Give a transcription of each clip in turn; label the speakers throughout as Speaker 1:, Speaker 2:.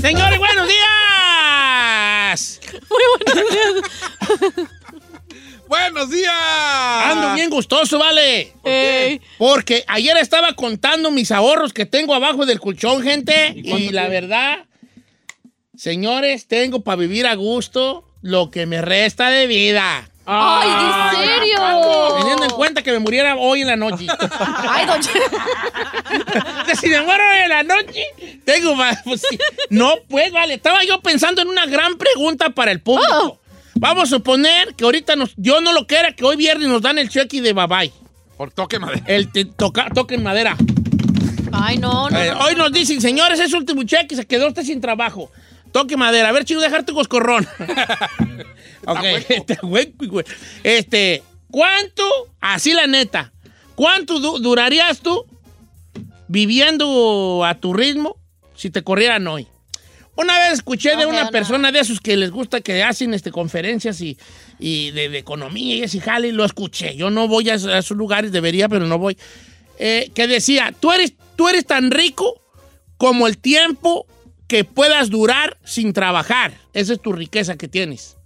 Speaker 1: Señores, buenos días.
Speaker 2: Muy buenos días.
Speaker 3: ¡Buenos días!
Speaker 1: Ando bien gustoso, vale.
Speaker 2: Ey,
Speaker 1: Porque ayer estaba contando mis ahorros que tengo abajo del colchón, gente. Y, la verdad, señores, tengo para vivir a gusto lo que me resta de vida.
Speaker 2: ¡Ay, en serio!
Speaker 1: Teniendo en cuenta que me muriera hoy en la noche.
Speaker 2: ¡Ay, don Che-
Speaker 1: Que si me muero en la noche, tengo más. pues, sí. no, pues vale. Estaba yo pensando en una gran pregunta para el público. Vamos a suponer que ahorita nos, yo no lo quiera, que hoy viernes nos dan el cheque de babay.
Speaker 3: Por toque madera.
Speaker 1: El te- toca, toque en madera.
Speaker 2: ¡Ay, no, no!
Speaker 1: Eh,
Speaker 2: no.
Speaker 1: hoy nos dicen, señores, es su último cheque, se quedó usted sin trabajo. Toque madera. A ver, chico, dejar tu coscorrón. ok,
Speaker 3: hueco.
Speaker 1: está hueco, güey. Este, ¿cuánto, así la neta, cuánto du- durarías tú viviendo a tu ritmo si te corrieran hoy? Una vez escuché de
Speaker 2: No,
Speaker 1: una
Speaker 2: no.
Speaker 1: persona de esos que les gusta que hacen este, conferencias y, y de, de economía y ese jale, y lo escuché. Yo no voy a, es- a esos lugares, debería, pero no voy. Eh, que decía, tú eres, tú eres tan rico como el tiempo que puedas durar sin trabajar. Esa es tu riqueza que tienes.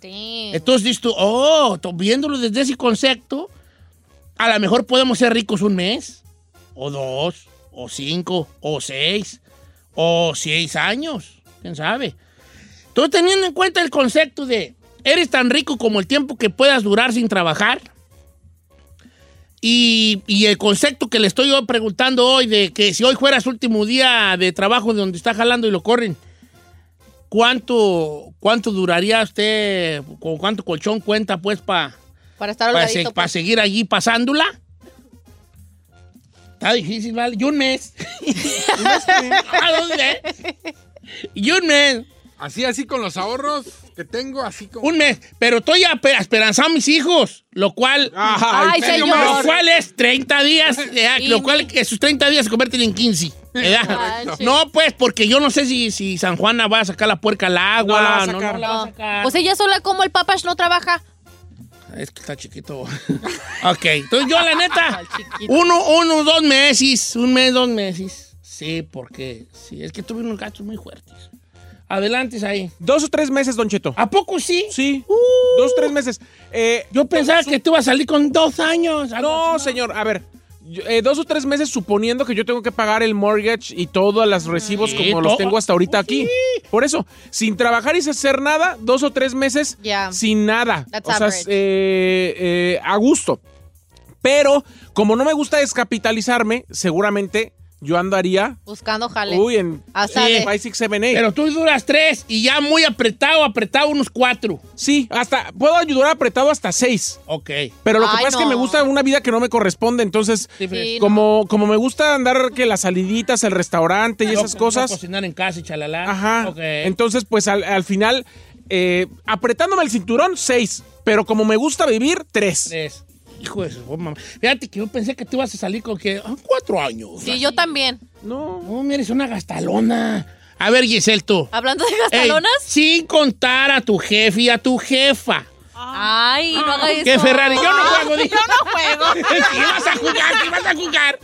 Speaker 2: Damn.
Speaker 1: Entonces dices tú, oh, to- viéndolo desde ese concepto, a lo mejor podemos ser ricos un mes, o dos, o cinco, o seis, o seis años, quién sabe. Entonces teniendo en cuenta el concepto de, eres tan rico como el tiempo que puedas durar sin trabajar, y, y el concepto que le estoy yo preguntando hoy de que si hoy fuera su último día de trabajo de donde está jalando y lo corren, ¿cuánto, cuánto duraría usted, con cuánto colchón cuenta pues para
Speaker 2: Para estar holgadito. pues.
Speaker 1: seguir allí pasándola? Está difícil, ¿vale? Y un mes. ¿eh? ¿A dónde? Y un mes,
Speaker 3: Así, así con los ahorros que tengo, así como.
Speaker 1: un mes. Pero estoy ape- esperanzando a mis hijos, lo cual...
Speaker 2: Ay,
Speaker 3: serio,
Speaker 2: señor.
Speaker 1: Lo
Speaker 3: más.
Speaker 1: cual es 30 días, ¿verdad?
Speaker 2: Y
Speaker 1: lo cual que sus 30 días se convierten en 15. ¿verdad?
Speaker 2: Correcto.
Speaker 1: No, pues, porque yo no sé si, si San Juana va a sacar la puerca al agua.
Speaker 3: No la va a
Speaker 1: no,
Speaker 3: sacar.
Speaker 1: no la va a
Speaker 2: No.
Speaker 1: sacar.
Speaker 2: Pues ella sola como el papash no trabaja.
Speaker 1: Es que está chiquito. ok, entonces yo la neta, uno, uno, dos meses, un mes, dos meses. Sí, porque sí, es que tuve unos gastos muy fuertes. Adelantes ahí.
Speaker 4: Dos o tres meses, Don Cheto.
Speaker 1: ¿A poco sí?
Speaker 4: Sí.
Speaker 1: Uh.
Speaker 4: Dos o tres meses. Eh,
Speaker 1: Yo pensaba que tú ibas a salir con dos años. algo
Speaker 4: no,
Speaker 1: así,
Speaker 4: señor, a ver. yo- eh, dos o tres meses suponiendo que yo tengo que pagar el mortgage y todos los recibos
Speaker 1: Ah, Sí,
Speaker 4: como
Speaker 1: todo.
Speaker 4: los tengo hasta ahorita
Speaker 1: Oh,
Speaker 4: aquí.
Speaker 1: sí.
Speaker 4: Por eso, sin trabajar y sin hacer nada, dos o tres meses
Speaker 2: Ya.
Speaker 4: sin nada.
Speaker 2: That's
Speaker 4: o sea,
Speaker 2: average.
Speaker 4: eh, eh, a gusto. Pero como no me gusta descapitalizarme, seguramente yo andaría...
Speaker 2: Buscando jale.
Speaker 4: Uy, en
Speaker 2: Hasta
Speaker 1: Sí.
Speaker 2: de-
Speaker 4: five, six, seven, eight.
Speaker 1: Pero tú duras tres y ya muy apretado, apretado unos cuatro.
Speaker 4: Sí, hasta puedo ayudar apretado hasta seis.
Speaker 1: Ok.
Speaker 4: Pero lo que
Speaker 2: Ay,
Speaker 4: pasa es que
Speaker 2: no.
Speaker 4: me gusta una vida que no me corresponde, entonces
Speaker 1: Sí, pues, pero-
Speaker 2: Sí,
Speaker 4: como, como me gusta andar que las saliditas, el restaurante y
Speaker 1: No,
Speaker 4: esas
Speaker 1: no
Speaker 4: cosas,
Speaker 1: cocinar en casa y chalala.
Speaker 4: ajá.
Speaker 1: Ok.
Speaker 4: Entonces, pues al, al final, eh, apretándome el cinturón, seis. Pero como me gusta vivir, tres.
Speaker 1: Tres. Hijo de su oh, mamá. Fíjate que yo pensé que tú ibas a salir con que ah, cuatro años.
Speaker 2: Sí, yo también.
Speaker 4: No.
Speaker 1: No, mira, es una gastalona. A ver, Giselle, tú.
Speaker 2: Hablando de
Speaker 1: Ey,
Speaker 2: gastalonas.
Speaker 1: sin contar a tu jefe y a tu jefa.
Speaker 2: Ay, no haga eso.
Speaker 1: Que Ferrari, yo no juego. dije.
Speaker 2: no juego.
Speaker 1: ¿Qué vas a jugar? ¿Qué vas a jugar?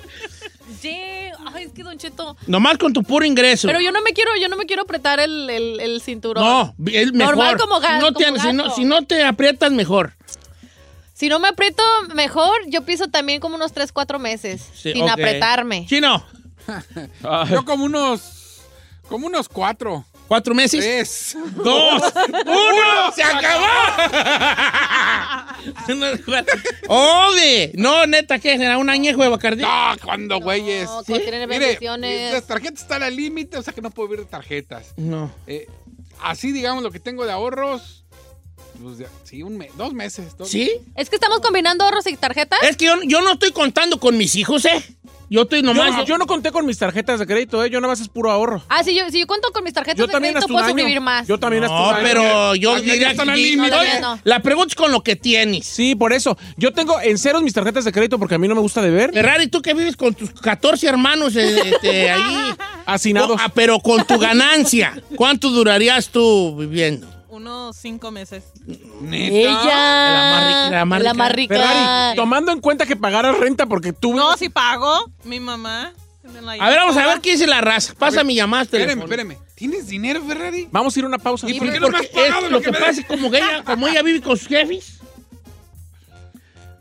Speaker 2: Yeah. Ay, es que Don Cheto.
Speaker 1: Nomás con tu puro ingreso.
Speaker 2: Pero yo no me quiero, yo no me quiero apretar el, el, el cinturón.
Speaker 1: no, es mejor.
Speaker 2: Normal como ga-
Speaker 1: si no te,
Speaker 2: como
Speaker 1: si no-
Speaker 2: gato.
Speaker 1: si no te aprietas, mejor.
Speaker 2: Si no me aprieto mejor, yo pienso también como unos 3, 4 meses.
Speaker 1: Sí,
Speaker 2: sin
Speaker 1: ok.
Speaker 2: apretarme.
Speaker 1: Chino,
Speaker 3: Yo como unos. Como unos cuatro.
Speaker 1: cuatro meses.
Speaker 3: Tres.
Speaker 1: dos, uno, se acabó. Unos cuatro. ¡Ode! No, neta, ¿qué será? ¿Un añejo de Bacardí?
Speaker 3: No, cuando, güeyes.
Speaker 2: No, contiene
Speaker 3: Mire,
Speaker 2: bendiciones.
Speaker 3: las tarjetas están al límite, o sea que no puedo vivir de tarjetas.
Speaker 1: No.
Speaker 3: Eh, así, digamos, lo que tengo de ahorros. pues, de- sí, un mes, dos meses. dos-
Speaker 1: ¿Sí?
Speaker 2: Es que estamos combinando ahorros y tarjetas.
Speaker 1: Es que yo, yo no estoy contando con mis hijos, ¿eh? Yo estoy nomás...
Speaker 4: Yo, yo no conté con mis tarjetas de crédito, ¿eh? Yo nada más es puro ahorro.
Speaker 2: Ah, si yo, si yo cuento con mis tarjetas
Speaker 4: Yo
Speaker 2: de
Speaker 4: también
Speaker 2: crédito,
Speaker 4: hasta un
Speaker 2: Pues puedo
Speaker 4: año.
Speaker 2: sobrevivir más.
Speaker 4: Yo también hasta
Speaker 1: No,
Speaker 4: un año.
Speaker 1: pero yo
Speaker 3: Las mías
Speaker 1: diría
Speaker 3: están al
Speaker 1: di-
Speaker 3: límite.
Speaker 1: Oye,
Speaker 2: No, no.
Speaker 1: La pregunta es con lo que tienes.
Speaker 4: Sí, por eso. Yo tengo en ceros mis tarjetas de crédito porque a mí no me gusta deber.
Speaker 1: Ferrari, tú que vives con tus 14 hermanos eh, este, ahí...
Speaker 4: Hacinados.
Speaker 1: Ah, pero con tu ganancia, ¿cuánto durarías tú viviendo?
Speaker 5: Unos cinco meses.
Speaker 3: Neta.
Speaker 2: Ella.
Speaker 1: La más rica, la más rica.
Speaker 4: Ferrari, tomando en cuenta que pagaras renta porque tú...
Speaker 5: No, si pago. Mi mamá. me la
Speaker 1: A ver, vamos a ver qué dice la raza. Pasa mi llamada.
Speaker 3: Espérame,
Speaker 1: telefónica.
Speaker 3: espérame. ¿Tienes dinero, Ferrari?
Speaker 4: Vamos a ir a una pausa.
Speaker 3: ¿Y por qué no me
Speaker 1: Porque
Speaker 3: has pagado
Speaker 1: es
Speaker 3: lo
Speaker 1: lo
Speaker 3: que
Speaker 1: que
Speaker 3: me
Speaker 1: pasa
Speaker 3: debes?
Speaker 1: es como que ella, como ella vive con sus jefes,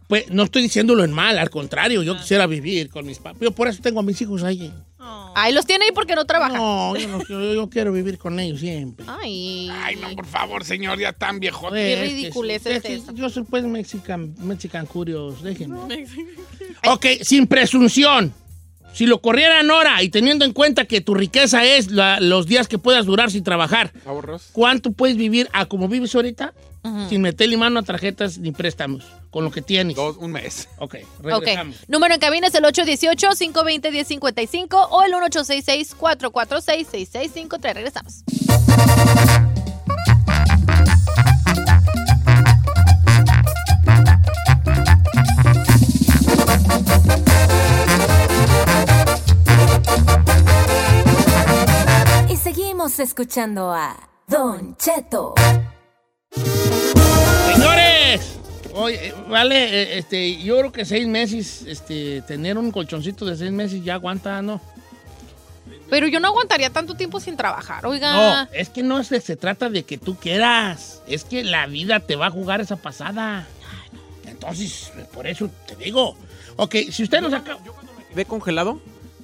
Speaker 1: pues no estoy diciéndolo en mal, al contrario, yo quisiera vivir con mis papás. Yo por eso tengo a mis hijos ahí.
Speaker 2: Ahí los tiene ahí porque no trabaja.
Speaker 1: No, yo, no- yo- yo quiero vivir con ellos siempre.
Speaker 2: Ay.
Speaker 3: Ay, no, por favor, señor, ya tan viejo.
Speaker 1: Pues,
Speaker 2: qué ridiculez
Speaker 1: que-
Speaker 2: es
Speaker 1: que-
Speaker 2: esa.
Speaker 1: Yo soy pues mexican, mexican curious, déjenme. Ok, sin presunción. Si lo corrieran ahora y teniendo en cuenta que tu riqueza es la- los días que puedas durar sin trabajar,
Speaker 3: ¿Ahorros?
Speaker 1: ¿cuánto puedes vivir a como vives ahorita
Speaker 2: Mm.
Speaker 1: sin meterle mano a tarjetas ni préstamos? Con lo que tienes.
Speaker 3: Dos, un mes.
Speaker 1: Ok,
Speaker 2: Ok.
Speaker 1: regresamos.
Speaker 2: Número en cabina es el 818-520-1055 o el 1866-446-6653. Regresamos.
Speaker 6: Y seguimos escuchando a Don Cheto.
Speaker 1: Señores, oye, eh, vale, eh, este, yo creo que seis meses, este, tener un colchoncito de seis meses ya aguanta, ¿no?
Speaker 2: Pero yo no aguantaría tanto tiempo sin trabajar, oiga.
Speaker 1: No, es que no se, se trata de que tú quieras. Es que la vida te va a jugar esa pasada. Entonces, por eso te digo. Ok, si usted nos acaba.
Speaker 4: quedé congelado,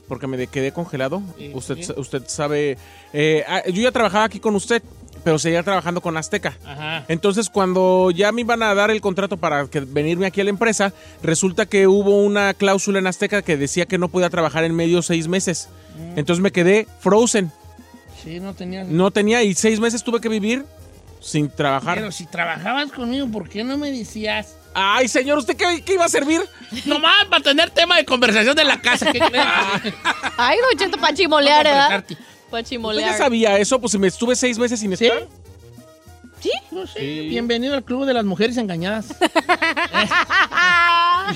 Speaker 4: porque me de- quedé congelado.
Speaker 1: Sí,
Speaker 4: usted,
Speaker 1: sí.
Speaker 4: sa- usted sabe. eh, ah, yo ya trabajaba aquí con usted, pero seguía trabajando con Azteca.
Speaker 1: Ajá.
Speaker 4: Entonces, cuando ya me iban a dar el contrato para que- venirme aquí a la empresa, resulta que hubo una cláusula en Azteca que decía que no podía trabajar en medio seis meses.
Speaker 1: Mm.
Speaker 4: Entonces me quedé frozen.
Speaker 1: Sí, no tenías.
Speaker 4: No tenía, y seis meses tuve que vivir sin trabajar.
Speaker 1: Pero si trabajabas conmigo, ¿por qué no me decías?
Speaker 4: Ay, señor, ¿usted qué, qué iba a servir?
Speaker 1: Nomás para tener tema de conversación de la casa. ¿Qué crees?
Speaker 2: Ay, Don Cheto, para
Speaker 1: Vamos a
Speaker 2: chimolear, ¿verdad?
Speaker 1: apretarte.
Speaker 2: Para
Speaker 4: ¿Usted ya
Speaker 2: chimolear.
Speaker 4: sabía eso? Pues si me estuve seis meses sin
Speaker 1: ¿Sí?
Speaker 4: estar.
Speaker 1: ¿Sí? No sé. Bienvenido al Club de las Mujeres Engañadas.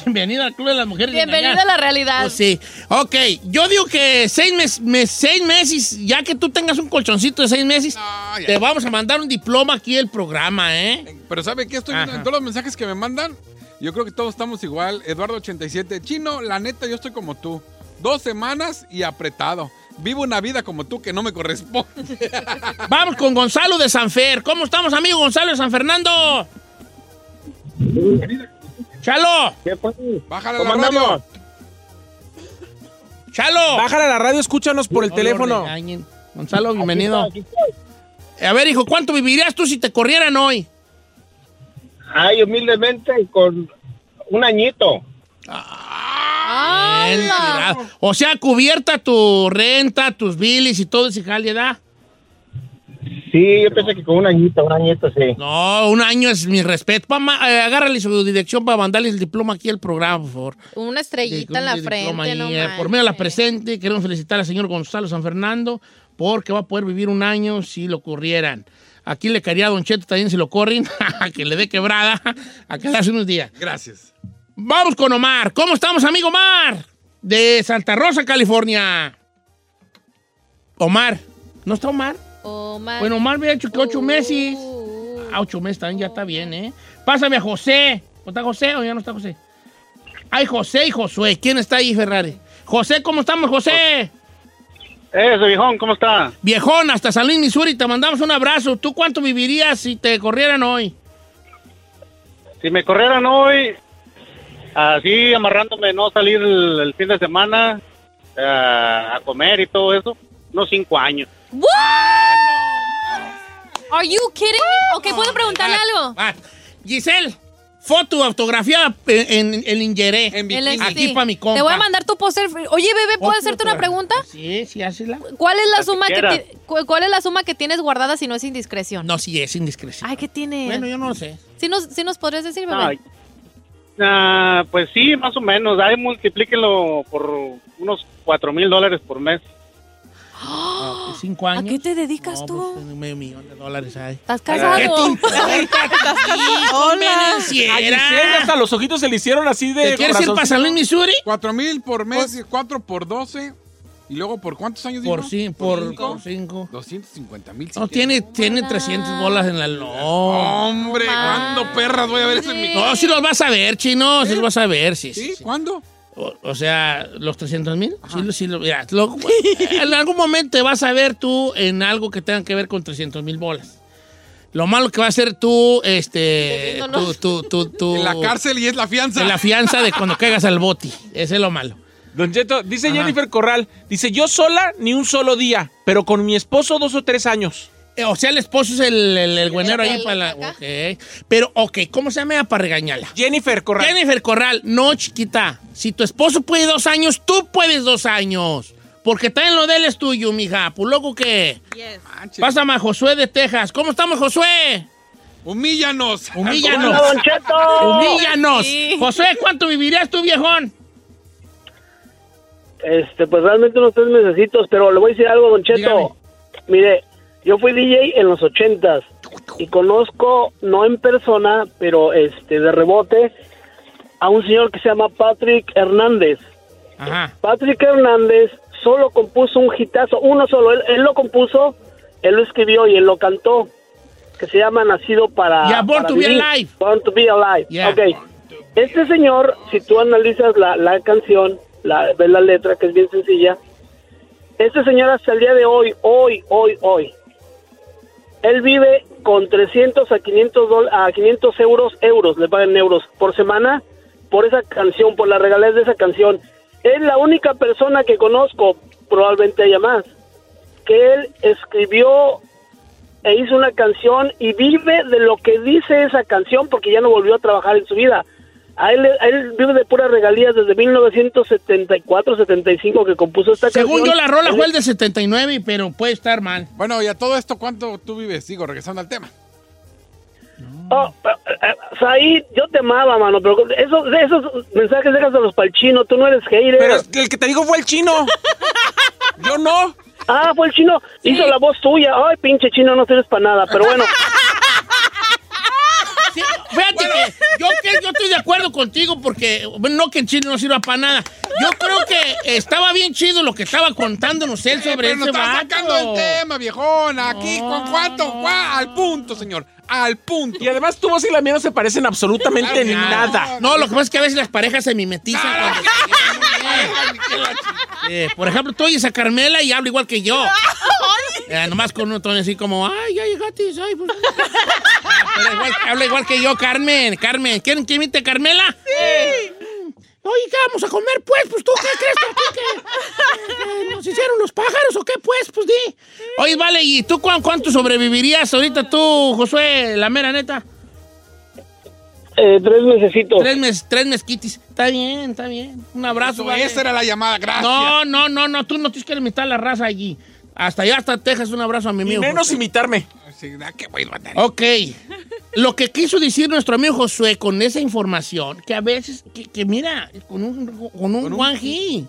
Speaker 1: Bienvenido al Club de las Mujeres Engañadas.
Speaker 2: Bienvenido a la realidad.
Speaker 1: Pues sí. Ok, yo digo que seis, mes- mes- seis meses, ya que tú tengas un colchoncito de seis meses,
Speaker 3: No, ya.
Speaker 1: te vamos a mandar un diploma aquí del programa, ¿eh?
Speaker 3: Pero ¿sabe qué? Estoy viendo
Speaker 1: Ajá.
Speaker 3: en todos los mensajes que me mandan. Yo creo que todos estamos igual. Eduardo87. Chino, la neta, yo estoy como tú. Dos semanas y apretado. Vivo una vida como tú que no me corresponde.
Speaker 1: Vamos con Gonzalo de Sanfer. ¿Cómo estamos, amigo Gonzalo de San Fernando? Chalo,
Speaker 3: Bájale la radio.
Speaker 1: chalo.
Speaker 4: Bájala a la radio, escúchanos por el
Speaker 1: No lo
Speaker 4: teléfono.
Speaker 1: regañen. Gonzalo, bienvenido. A ver, hijo, ¿cuánto vivirías tú si te corrieran hoy?
Speaker 7: Ay, humildemente con un añito.
Speaker 1: Bien tirado. O sea, cubierta tu renta, tus bilis y todo ese jale, ¿da?
Speaker 7: Sí, yo pensé que con un añito, un añito, sí.
Speaker 1: No, un año es mi respeto. Pa, ma- eh, agárrale su dirección para mandarles el diploma aquí al programa, por favor.
Speaker 2: Una estrellita en la
Speaker 1: El diploma
Speaker 2: frente,
Speaker 1: ahí,
Speaker 2: no
Speaker 1: eh,
Speaker 2: manches.
Speaker 1: Por medio de la presente, queremos felicitar al señor Gonzalo San Fernando porque va a poder vivir un año si lo corrieran. Aquí le caería a Don Cheto también si lo corren, que le dé quebrada, a quedarse unos días.
Speaker 3: Gracias.
Speaker 1: Vamos con Omar. ¿Cómo estamos, amigo Omar? De Santa Rosa, California. Omar. ¿No está Omar?
Speaker 2: Oh, man.
Speaker 1: pues. Bueno, Omar me ha dicho que ocho
Speaker 2: Uh,
Speaker 1: meses.
Speaker 2: uh,
Speaker 1: Ah, ocho meses también ya está bien, ¿eh? Pásame a José. ¿No está José o ya no está José? Ay, José y Josué. ¿Quién está ahí, Ferrari? José, ¿cómo estamos, José?
Speaker 7: Eso, viejón, ¿cómo está?
Speaker 1: Viejón, hasta San Luis, Missouri, te mandamos un abrazo. ¿Tú cuánto vivirías si te corrieran hoy?
Speaker 7: Si me corrieran hoy, así amarrándome no salir el, el fin de semana ah, a comer y todo eso, unos cinco años.
Speaker 2: What? Are you kidding me? Ok, ¿puedo preguntarle algo?
Speaker 1: Ah, Giselle, foto autografiada en, en, en Lingeré.
Speaker 2: El ex-
Speaker 1: Aquí
Speaker 2: sí.
Speaker 1: para mi compa.
Speaker 2: Te voy a mandar tu póster. Oye, bebé, ¿puedo hacerte una pregunta?
Speaker 1: Sí, sí, hazla.
Speaker 2: ¿Cuál es la suma que
Speaker 7: quieras.
Speaker 2: ti- cu- cuál es la suma que tienes guardada si no es indiscreción?
Speaker 1: No, sí, es indiscreción.
Speaker 2: Ay, ¿qué tiene?
Speaker 1: bueno, yo no lo sé.
Speaker 2: ¿Sí nos, sí nos podrías decir, bebé?
Speaker 7: Ay. Ah, pues sí, más o menos. Ahí multiplíquenlo por unos cuatro mil dólares por mes.
Speaker 1: Ah, pues, cinco
Speaker 2: ¿A
Speaker 1: años.
Speaker 2: qué te dedicas
Speaker 1: No,
Speaker 2: tú?
Speaker 1: pues, medio millón de dólares hay.
Speaker 2: ¿Estás
Speaker 1: ¿Qué te
Speaker 2: casado?
Speaker 1: importa?
Speaker 5: Hola.
Speaker 4: A Giselle hasta los ojitos se le hicieron así de
Speaker 1: ¿Te quieres ir
Speaker 4: corazón.
Speaker 1: para San Luis, Missouri? Pues-
Speaker 3: 4 mil por mes, 4 por 12. ¿Y luego por cuántos años
Speaker 1: Por,
Speaker 3: dijo?
Speaker 1: sí, por por cinco.
Speaker 3: 250 mil.
Speaker 1: No, tiene, tiene 300 bolas en la... No.
Speaker 3: Hombre,
Speaker 2: No
Speaker 3: ¿cuándo perras voy a ver eso en mi
Speaker 2: manches.
Speaker 1: No, sí los vas a ver, chino. Sí los vas a ver, sí, sí,
Speaker 3: ¿Sí?
Speaker 1: sí.
Speaker 3: ¿Cuándo?
Speaker 1: O, o sea, los 300 mil. Sí, lo- sí, lo- mira, lo- en algún momento te vas a ver tú en algo que tenga que ver con 300 mil bolas. Lo malo que va a ser tú, este. Tú,
Speaker 2: Moviéndonos.
Speaker 1: tú, tú, tú-
Speaker 3: En la cárcel y es la fianza.
Speaker 1: En la fianza de cuando caigas al boti. Ese es lo malo.
Speaker 4: Don Cheto, dice
Speaker 1: Ajá.
Speaker 4: Jennifer Corral, dice yo sola ni un solo día, pero con mi esposo dos o tres años.
Speaker 1: Eh, O sea, el esposo es el, el, el güenero
Speaker 2: que
Speaker 1: ahí
Speaker 2: le
Speaker 1: para la.
Speaker 2: saca.
Speaker 1: Ok. Pero, ok, ¿cómo se llama para regañarla?
Speaker 4: Jennifer Corral.
Speaker 1: Jennifer Corral, no, chiquita. Si tu esposo puede dos años, tú puedes dos años. Porque también lo de él es tuyo, mija. Pues luego que.
Speaker 5: Yes.
Speaker 3: Manches.
Speaker 1: Pásame a Josué de Texas. ¿Cómo estamos, Josué?
Speaker 3: Humíllanos.
Speaker 1: Humíllanos.
Speaker 7: Don Cheto!
Speaker 1: Humíllanos.
Speaker 2: Sí.
Speaker 1: José, ¿cuánto vivirías tú, viejón?
Speaker 7: Este, pues realmente unos tres mesecitos, pero le voy a decir algo, Don Cheto.
Speaker 1: Dígame.
Speaker 7: Mire, yo fui DJ en los ochentas y conozco, no en persona, pero este de rebote, a un señor que se llama Patrick Hernández.
Speaker 1: Ajá.
Speaker 7: Patrick Hernández solo compuso un hitazo, uno solo, él, él lo compuso, él lo escribió y él lo cantó, que se llama Nacido para...
Speaker 1: Yeah, Born
Speaker 7: para
Speaker 1: to be
Speaker 7: Vivir.
Speaker 1: Alive.
Speaker 7: Born to be alive.
Speaker 1: Yeah.
Speaker 7: Ok. Este señor, si tú analizas la, la canción, la, ves la letra, que es bien sencilla, este señor hasta el día de hoy, hoy, hoy, hoy, él vive con 300 a 500, dol- a 500 euros, euros, le pagan euros por semana por esa canción, por la regalez de esa canción. Es la única persona que conozco, probablemente haya más, que él escribió e hizo una canción y vive de lo que dice esa canción porque ya no volvió a trabajar en su vida. A él, a él vive de puras regalías desde 1974-75 que compuso esta
Speaker 1: Según
Speaker 7: canción.
Speaker 1: yo, la rola fue el de 79, pero puede estar mal.
Speaker 3: Bueno, y a todo esto, ¿cuánto tú vives? Digo, regresando al tema.
Speaker 7: Oh, eh, eh, Said, yo te amaba, mano, pero esos, esos mensajes déjaselos para el chino, tú no eres hater.
Speaker 4: Pero el que te dijo fue el chino. Yo no.
Speaker 7: Ah, fue el chino, hizo la voz tuya. Ay, pinche chino, no sirves para nada, pero bueno.
Speaker 1: Sí, fíjate que yo, que- yo estoy de acuerdo contigo porque bueno, no que en Chile no sirva para nada. Yo creo que estaba bien chido lo que estaba contándonos él
Speaker 3: Eh,
Speaker 1: sobre
Speaker 3: pero
Speaker 1: ese
Speaker 3: nos está
Speaker 1: vato.
Speaker 3: sacando el tema, viejón. Aquí,
Speaker 1: No,
Speaker 3: ¿con cuánto?
Speaker 1: no.
Speaker 3: Gua- Al punto, señor. Al punto.
Speaker 4: Y además tu voz y la mía no se parecen absolutamente en
Speaker 1: Claro.
Speaker 4: nada.
Speaker 1: No, lo que pasa es que a veces las parejas se mimetizan.
Speaker 3: Claro.
Speaker 1: cuando se llegan bien. Eh, por ejemplo, tú oyes a Carmela y habla igual que yo. Eh, nomás con un tono así como, ay, ya llegaste, ay, pues". Ah, pero igual- habla igual que yo, Carmen, Carmen. ¿Quieren que imite a Carmela? Sí. Oye, ¿qué vamos a comer, pues? Pues tú, ¿qué crees? ¿Tú qué? ¿Que nos hicieron los pájaros o qué, pues? Pues di. Oye, vale, ¿y tú cuán- cuánto sobrevivirías ahorita tú, Josué, la mera neta?
Speaker 7: Eh, tres necesito.
Speaker 1: Tres, mes, tres mezquitis. Está bien, está bien. Un abrazo.
Speaker 3: Eso,
Speaker 1: vale.
Speaker 3: Esa era la llamada, gracias.
Speaker 1: No, no, no, no. Tú no tienes que imitar la raza allí. Hasta allá, hasta Texas. Un abrazo a mi
Speaker 4: Ni
Speaker 1: amigo.
Speaker 4: menos
Speaker 1: José.
Speaker 4: imitarme.
Speaker 3: Sí, da que voy a matar.
Speaker 1: Ok. Lo que quiso decir nuestro amigo Josué con esa información, que a veces, que, que mira, con un, con un
Speaker 3: Con un-
Speaker 1: one hit.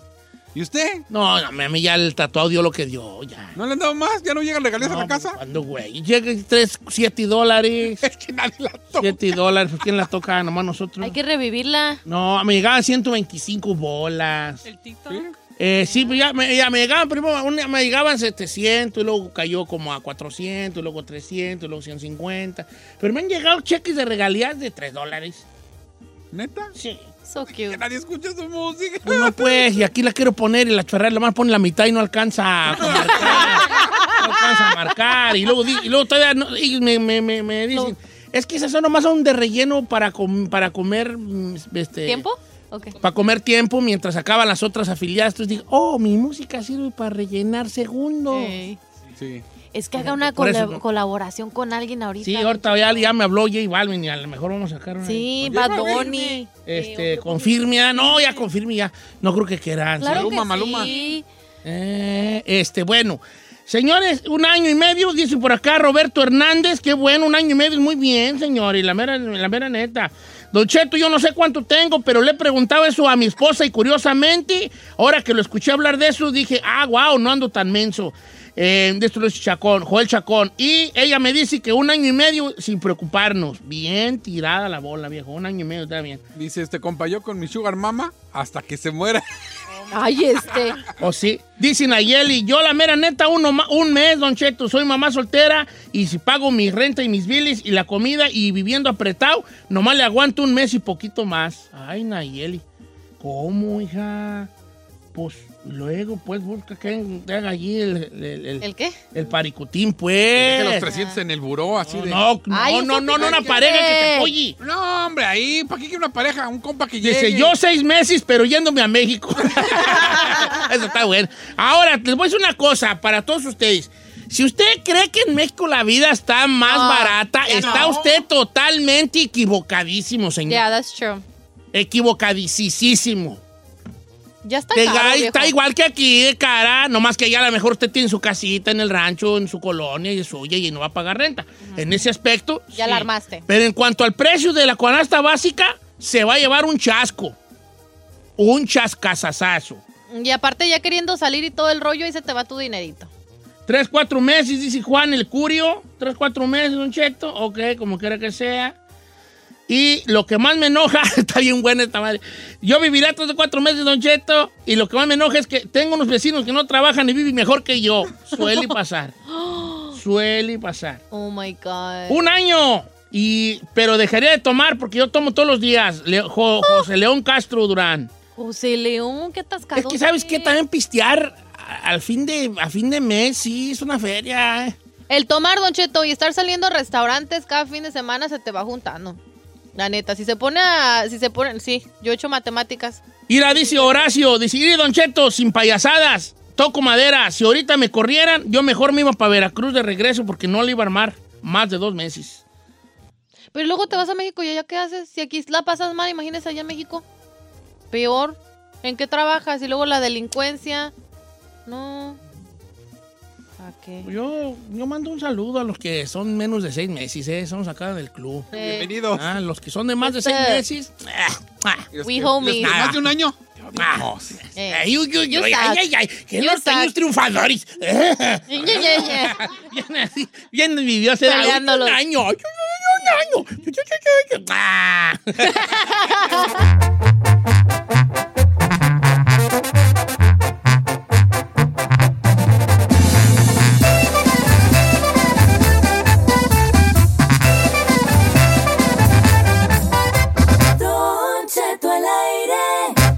Speaker 3: ¿Y usted?
Speaker 1: No, a mí a mí ya el tatuado dio lo que dio, ya.
Speaker 3: ¿No le han dado más? ¿Ya no llegan regalías a la casa?
Speaker 1: Cuando, güey, llega tres, siete dólares,
Speaker 3: Es que nadie la toma.
Speaker 1: siete dólares, pues quién la toca, nomás nosotros.
Speaker 2: Hay que revivirla.
Speaker 1: No, me llegaban 125 bolas.
Speaker 5: El TikTok.
Speaker 1: Eh, sí, pues ya me, ya me llegaban primero, una- me llegaban 700 y luego cayó como a 400, y luego 300, y luego 150. Pero me han llegado cheques de regalías de 3 dólares.
Speaker 3: ¿Neta?
Speaker 1: Sí.
Speaker 2: So
Speaker 3: Que
Speaker 2: cute.
Speaker 3: nadie escucha su música.
Speaker 1: Pues no, pues, y aquí la quiero poner y la chorrera nomás pone la mitad y no alcanza a marcar. No alcanza a marcar. Y luego, di- y luego todavía no- y me, me- me- me dicen, Es que esas son nomás son de relleno para, com- para comer. mm, Este,
Speaker 2: ¿Tiempo? Ok.
Speaker 1: Para comer tiempo mientras acaban las otras afiliadas. Entonces digo, oh, mi música sirve para rellenar segundos.
Speaker 2: Ey.
Speaker 3: Sí.
Speaker 2: Es que haga una
Speaker 1: Por eso,
Speaker 2: colab-
Speaker 1: ¿no?
Speaker 2: colaboración con alguien ahorita.
Speaker 1: Sí, ahorita ya, ya me habló J Balvin y a lo mejor vamos a sacar una.
Speaker 2: Sí,
Speaker 3: Yo
Speaker 2: Bad
Speaker 3: no vi,
Speaker 2: Bunny. Eh,
Speaker 1: Este, confirme, ah, no, ya confirme, ya. No creo que quieran.
Speaker 2: Claro
Speaker 3: Maluma,
Speaker 2: que
Speaker 3: Maluma.
Speaker 2: sí.
Speaker 1: Eh, este, bueno. Señores, un año y medio, dice por acá Roberto Hernández, qué bueno, un año y medio, muy bien, señor, y la mera, la mera neta. Don Cheto, yo no sé cuánto tengo, pero le he preguntado eso a mi esposa y curiosamente, ahora que lo escuché hablar de eso, dije, ah, wow, no ando tan menso. Eh, de esto lo dice Chacón, Joel Chacón. Y ella me dice que un año y medio sin preocuparnos. Bien tirada la bola, viejo, un año y medio está bien.
Speaker 3: Dice, este compa, yo con mi sugar mama hasta que se muera.
Speaker 2: Ay, este.
Speaker 1: O Oh, sí. Dice Nayeli, yo la mera neta, uno ma- un mes, don Cheto, soy mamá soltera y si pago mi renta y mis biles y la comida y viviendo apretado, nomás le aguanto un mes y poquito más. Ay, Nayeli, ¿cómo, hija? Pues luego, pues busca que te haga allí el, el, el-
Speaker 2: ¿El qué?
Speaker 1: el paricutín,
Speaker 3: De los
Speaker 1: pues.
Speaker 3: 300 en el buró, así de...
Speaker 1: No, no,
Speaker 2: Ay,
Speaker 1: no, no, no,
Speaker 2: eso te-
Speaker 1: una pareja que te apoye.
Speaker 3: No, hombre, ahí, ¿para qué quiere una pareja? Un compa que llegue.
Speaker 1: Dice, yo seis meses, pero yéndome a México. Eso está bueno. Ahora, les voy a decir una cosa para todos ustedes. Si usted cree que en México la vida está más
Speaker 2: No,
Speaker 1: barata,
Speaker 2: ya
Speaker 1: está
Speaker 2: no.
Speaker 1: usted totalmente equivocadísimo, señor.
Speaker 2: Yeah, that's true.
Speaker 1: Equivocadísimo.
Speaker 2: Ya está
Speaker 1: De
Speaker 2: caro,
Speaker 1: gal-
Speaker 2: viejo.
Speaker 1: está igual que aquí, de cara, nomás que allá a lo mejor usted tiene su casita en el rancho, en su colonia y es suya y no va a pagar renta. En ese aspecto.
Speaker 2: Ya la armaste.
Speaker 1: Pero en cuanto al precio de la canasta básica, se va a llevar un chasco. Un chascazazazo.
Speaker 2: Y aparte ya queriendo salir y todo el rollo, ahí se te va tu dinerito.
Speaker 1: Tres, cuatro meses, dice Juan el Curio. Tres, cuatro meses, un cheto. Ok, como quiera que sea. Y lo que más me enoja, está bien buena esta madre. Yo viviré tres o cuatro meses, Don Cheto, y lo que más me enoja es que tengo unos vecinos que no trabajan y viven mejor que yo. Suele pasar. Suele pasar.
Speaker 2: Oh my God.
Speaker 1: Un año. Y, pero dejaría de tomar porque yo tomo todos los días. Le- Jo- José León Castro Durán.
Speaker 2: José León, qué tascado.
Speaker 1: Es que sabes que también pistear a- al fin de, a fin de mes, sí, es una feria. eh.
Speaker 2: El tomar, Don Cheto, y estar saliendo a restaurantes cada fin de semana se te va juntando. La neta, si se pone a... Si se pone... Sí, yo he hecho matemáticas.
Speaker 1: Mira, dice Horacio, dice, "Mire, Don Cheto, sin payasadas, toco madera. Si ahorita me corrieran, yo mejor me iba para Veracruz de regreso porque no le iba a armar más de dos meses.
Speaker 2: Pero luego te vas a México y allá qué haces. Si aquí la pasas mal, imagínese allá en México. Peor. ¿En qué trabajas? Y luego la delincuencia. No. ¿A qué?
Speaker 1: Yo, yo mando un saludo a los que son menos de seis meses, eh, somos acá del club.
Speaker 2: Eh,
Speaker 3: Bienvenido.
Speaker 1: Ah, los que son de más de seis
Speaker 2: Este.
Speaker 1: meses. ah, ah,
Speaker 3: Y los
Speaker 2: we
Speaker 3: que-
Speaker 2: homies.
Speaker 3: los que
Speaker 1: Nada.
Speaker 3: Más de un año.
Speaker 1: ah.
Speaker 2: Eh.
Speaker 1: Ay, uy, uy,
Speaker 2: You
Speaker 1: uy, ay,
Speaker 2: suck.
Speaker 1: ay, ay, que
Speaker 2: You
Speaker 1: los años
Speaker 2: suck.
Speaker 1: triunfadores.
Speaker 2: ye, ye, ye.
Speaker 1: Bien, así, bien envidiosa era, "Ay, Un
Speaker 2: Peleándolos.
Speaker 1: año, ay, ay, un año. Ah.
Speaker 6: Don Cheto al aire.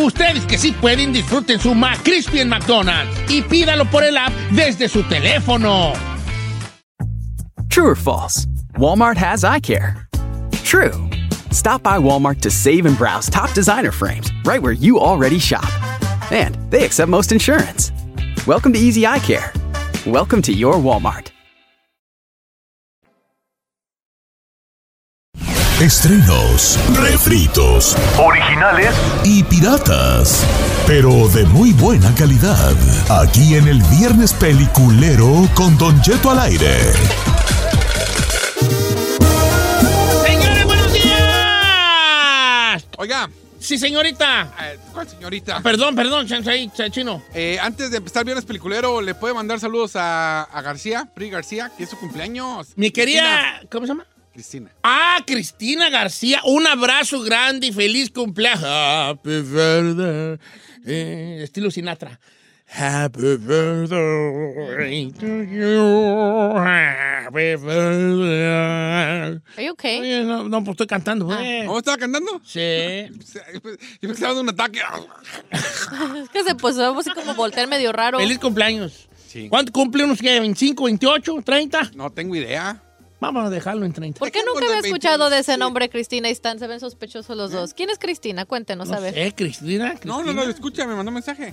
Speaker 1: Ustedes que sí pueden, disfruten su McCrispy en McDonald's y pídalo por el app desde su teléfono.
Speaker 8: True or false? Walmart has eye care. True. Stop by Walmart to save and browse top designer frames right where you already shop. And they accept most insurance. Welcome to Easy Eye Care. Welcome to your Walmart.
Speaker 9: Estrenos, refritos, originales y piratas, pero de muy buena calidad. Aquí en el Viernes Peliculero con Don Jeto al aire.
Speaker 1: Señores, buenos días.
Speaker 3: Oiga.
Speaker 1: Sí, señorita.
Speaker 3: ¿Cuál señorita?
Speaker 1: Ah, perdón, perdón, Chansai, Chachino.
Speaker 3: Eh, antes de empezar Viernes Peliculero, le puede mandar saludos a, a García, Pri García, que es su cumpleaños.
Speaker 1: Mi querida, ¿cómo se llama?
Speaker 3: Cristina.
Speaker 1: Ah, Cristina García, un abrazo grande y feliz cumpleaños. Happy birthday. Eh, estilo Sinatra. Happy birthday to you. Happy birthday.
Speaker 2: ¿Are you okay? Ah.
Speaker 1: Oye, no, no, pues estoy cantando. pues.
Speaker 3: ¿Cómo estaba cantando?
Speaker 1: Sí.
Speaker 3: Yo me estaba dando un ataque.
Speaker 2: Es que se puso así como voltear medio raro.
Speaker 1: Feliz cumpleaños.
Speaker 3: Sí.
Speaker 1: ¿Cuánto cumple unos que 25, 28, 30?
Speaker 3: No tengo idea.
Speaker 1: Vamos a dejarlo en 30.
Speaker 2: ¿Por qué nunca había escuchado de ese nombre, Cristina y Stan? Se ven sospechosos los dos. ¿Quién es Cristina? Cuéntenos, a ver.
Speaker 1: Eh, Cristina,
Speaker 3: No, no, no, escucha, me mandó un mensaje.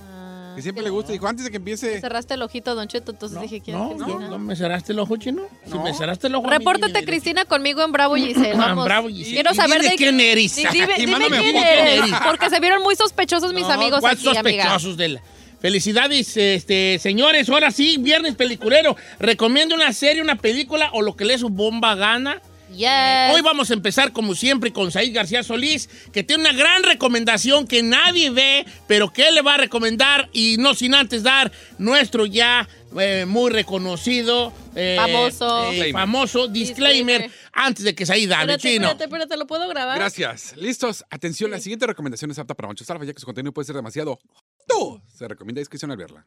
Speaker 3: que siempre le gusta. Dijo, antes de que empiece.
Speaker 2: Cerraste el ojito, Don Cheto, entonces dije, ¿quién
Speaker 1: No,
Speaker 2: es
Speaker 1: no,
Speaker 2: Cristina?
Speaker 1: no me cerraste el ojo, chino. Si me cerraste el ojo. a mí,
Speaker 2: Repórtate,
Speaker 1: niña,
Speaker 2: Cristina, conmigo en Bravo Giselle. Vamos.
Speaker 1: Ah, Bravo, Giselle.
Speaker 2: Quiero
Speaker 1: Y
Speaker 2: saber
Speaker 1: dime
Speaker 2: de
Speaker 1: quién eres.
Speaker 2: Sí, dime,
Speaker 1: Y
Speaker 2: dime
Speaker 1: mándame
Speaker 2: quién
Speaker 1: foto
Speaker 2: eres.
Speaker 1: quién eres.
Speaker 2: Porque se vieron muy sospechosos Pues, mis
Speaker 1: No,
Speaker 2: amigos
Speaker 1: ¿cuál
Speaker 2: aquí, amiga.
Speaker 1: sospechosos de la- Felicidades, este, señores. Ahora sí, viernes peliculero. Recomiendo una serie, una película o lo que le su bomba gana.
Speaker 2: Yes.
Speaker 1: Hoy vamos a empezar, como siempre, con Said García Solís, que tiene una gran recomendación que nadie ve, pero que él le va a recomendar y no sin antes dar nuestro ya eh, muy reconocido, eh,
Speaker 2: Famoso.
Speaker 1: eh, famoso disclaimer,
Speaker 2: Disclaimer.
Speaker 1: antes de que Said hable,
Speaker 2: Espérate,
Speaker 1: chino.
Speaker 2: espérate, espérate, ¿lo puedo grabar?
Speaker 3: Gracias. Listos. Atención, la siguiente recomendación es apta para muchos salva, ya que su contenido puede ser demasiado. ¡Tú! Se recomienda discreción al verla.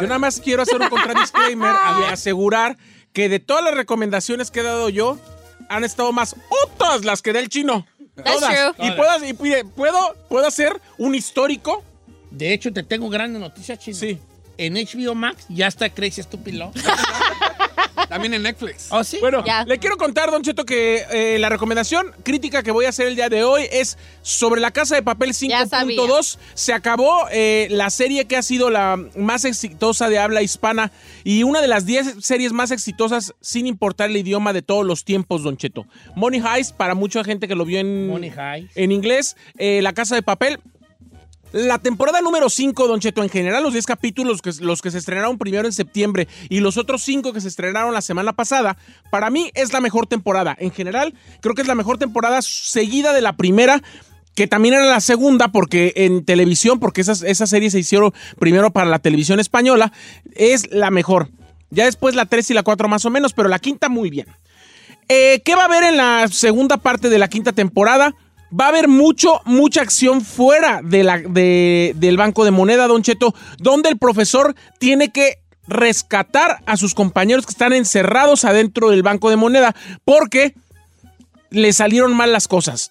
Speaker 4: Yo nada más quiero hacer un contradisclaimer y asegurar que de todas las recomendaciones que he dado yo, han estado más otras las que da el chino.
Speaker 2: That's
Speaker 4: Todas.
Speaker 2: true.
Speaker 4: Y, puedas- y pide- puedo, puedo hacer un histórico.
Speaker 1: De hecho, te tengo grandes noticias, chino.
Speaker 4: Sí.
Speaker 1: En HBO Max ya está Crazy Stupid Love.
Speaker 3: También en Netflix.
Speaker 1: ¿Oh, sí?
Speaker 4: Bueno,
Speaker 2: Ya.
Speaker 4: le quiero contar, Don Cheto, que eh, la recomendación crítica que voy a hacer el día de hoy es sobre la Casa de Papel
Speaker 2: Ya sabía.
Speaker 4: 5.2. Se acabó eh, la serie que ha sido la más exitosa de habla hispana y una de las 10 series más exitosas sin importar el idioma de todos los tiempos, Don Cheto. Money Heist, para mucha gente que lo vio en,
Speaker 1: Money Heist.
Speaker 4: en inglés, eh, La Casa de Papel. La temporada número 5, Don Cheto, en general los 10 capítulos, que, los que se estrenaron primero en septiembre y los otros 5 que se estrenaron la semana pasada, para mí es la mejor temporada. En general, creo que es la mejor temporada seguida de la primera, que también era la segunda, porque en televisión, porque esas, esas series se hicieron primero para la televisión española, es la mejor. Ya después la 3 y la 4 más o menos, pero la quinta muy bien. Eh, ¿Qué va a haber en la segunda parte de la quinta temporada? Va a haber mucho, mucha acción fuera de la- de- del banco de moneda, Don Cheto, donde el profesor tiene que rescatar a sus compañeros que están encerrados adentro del banco de moneda porque le salieron mal las cosas.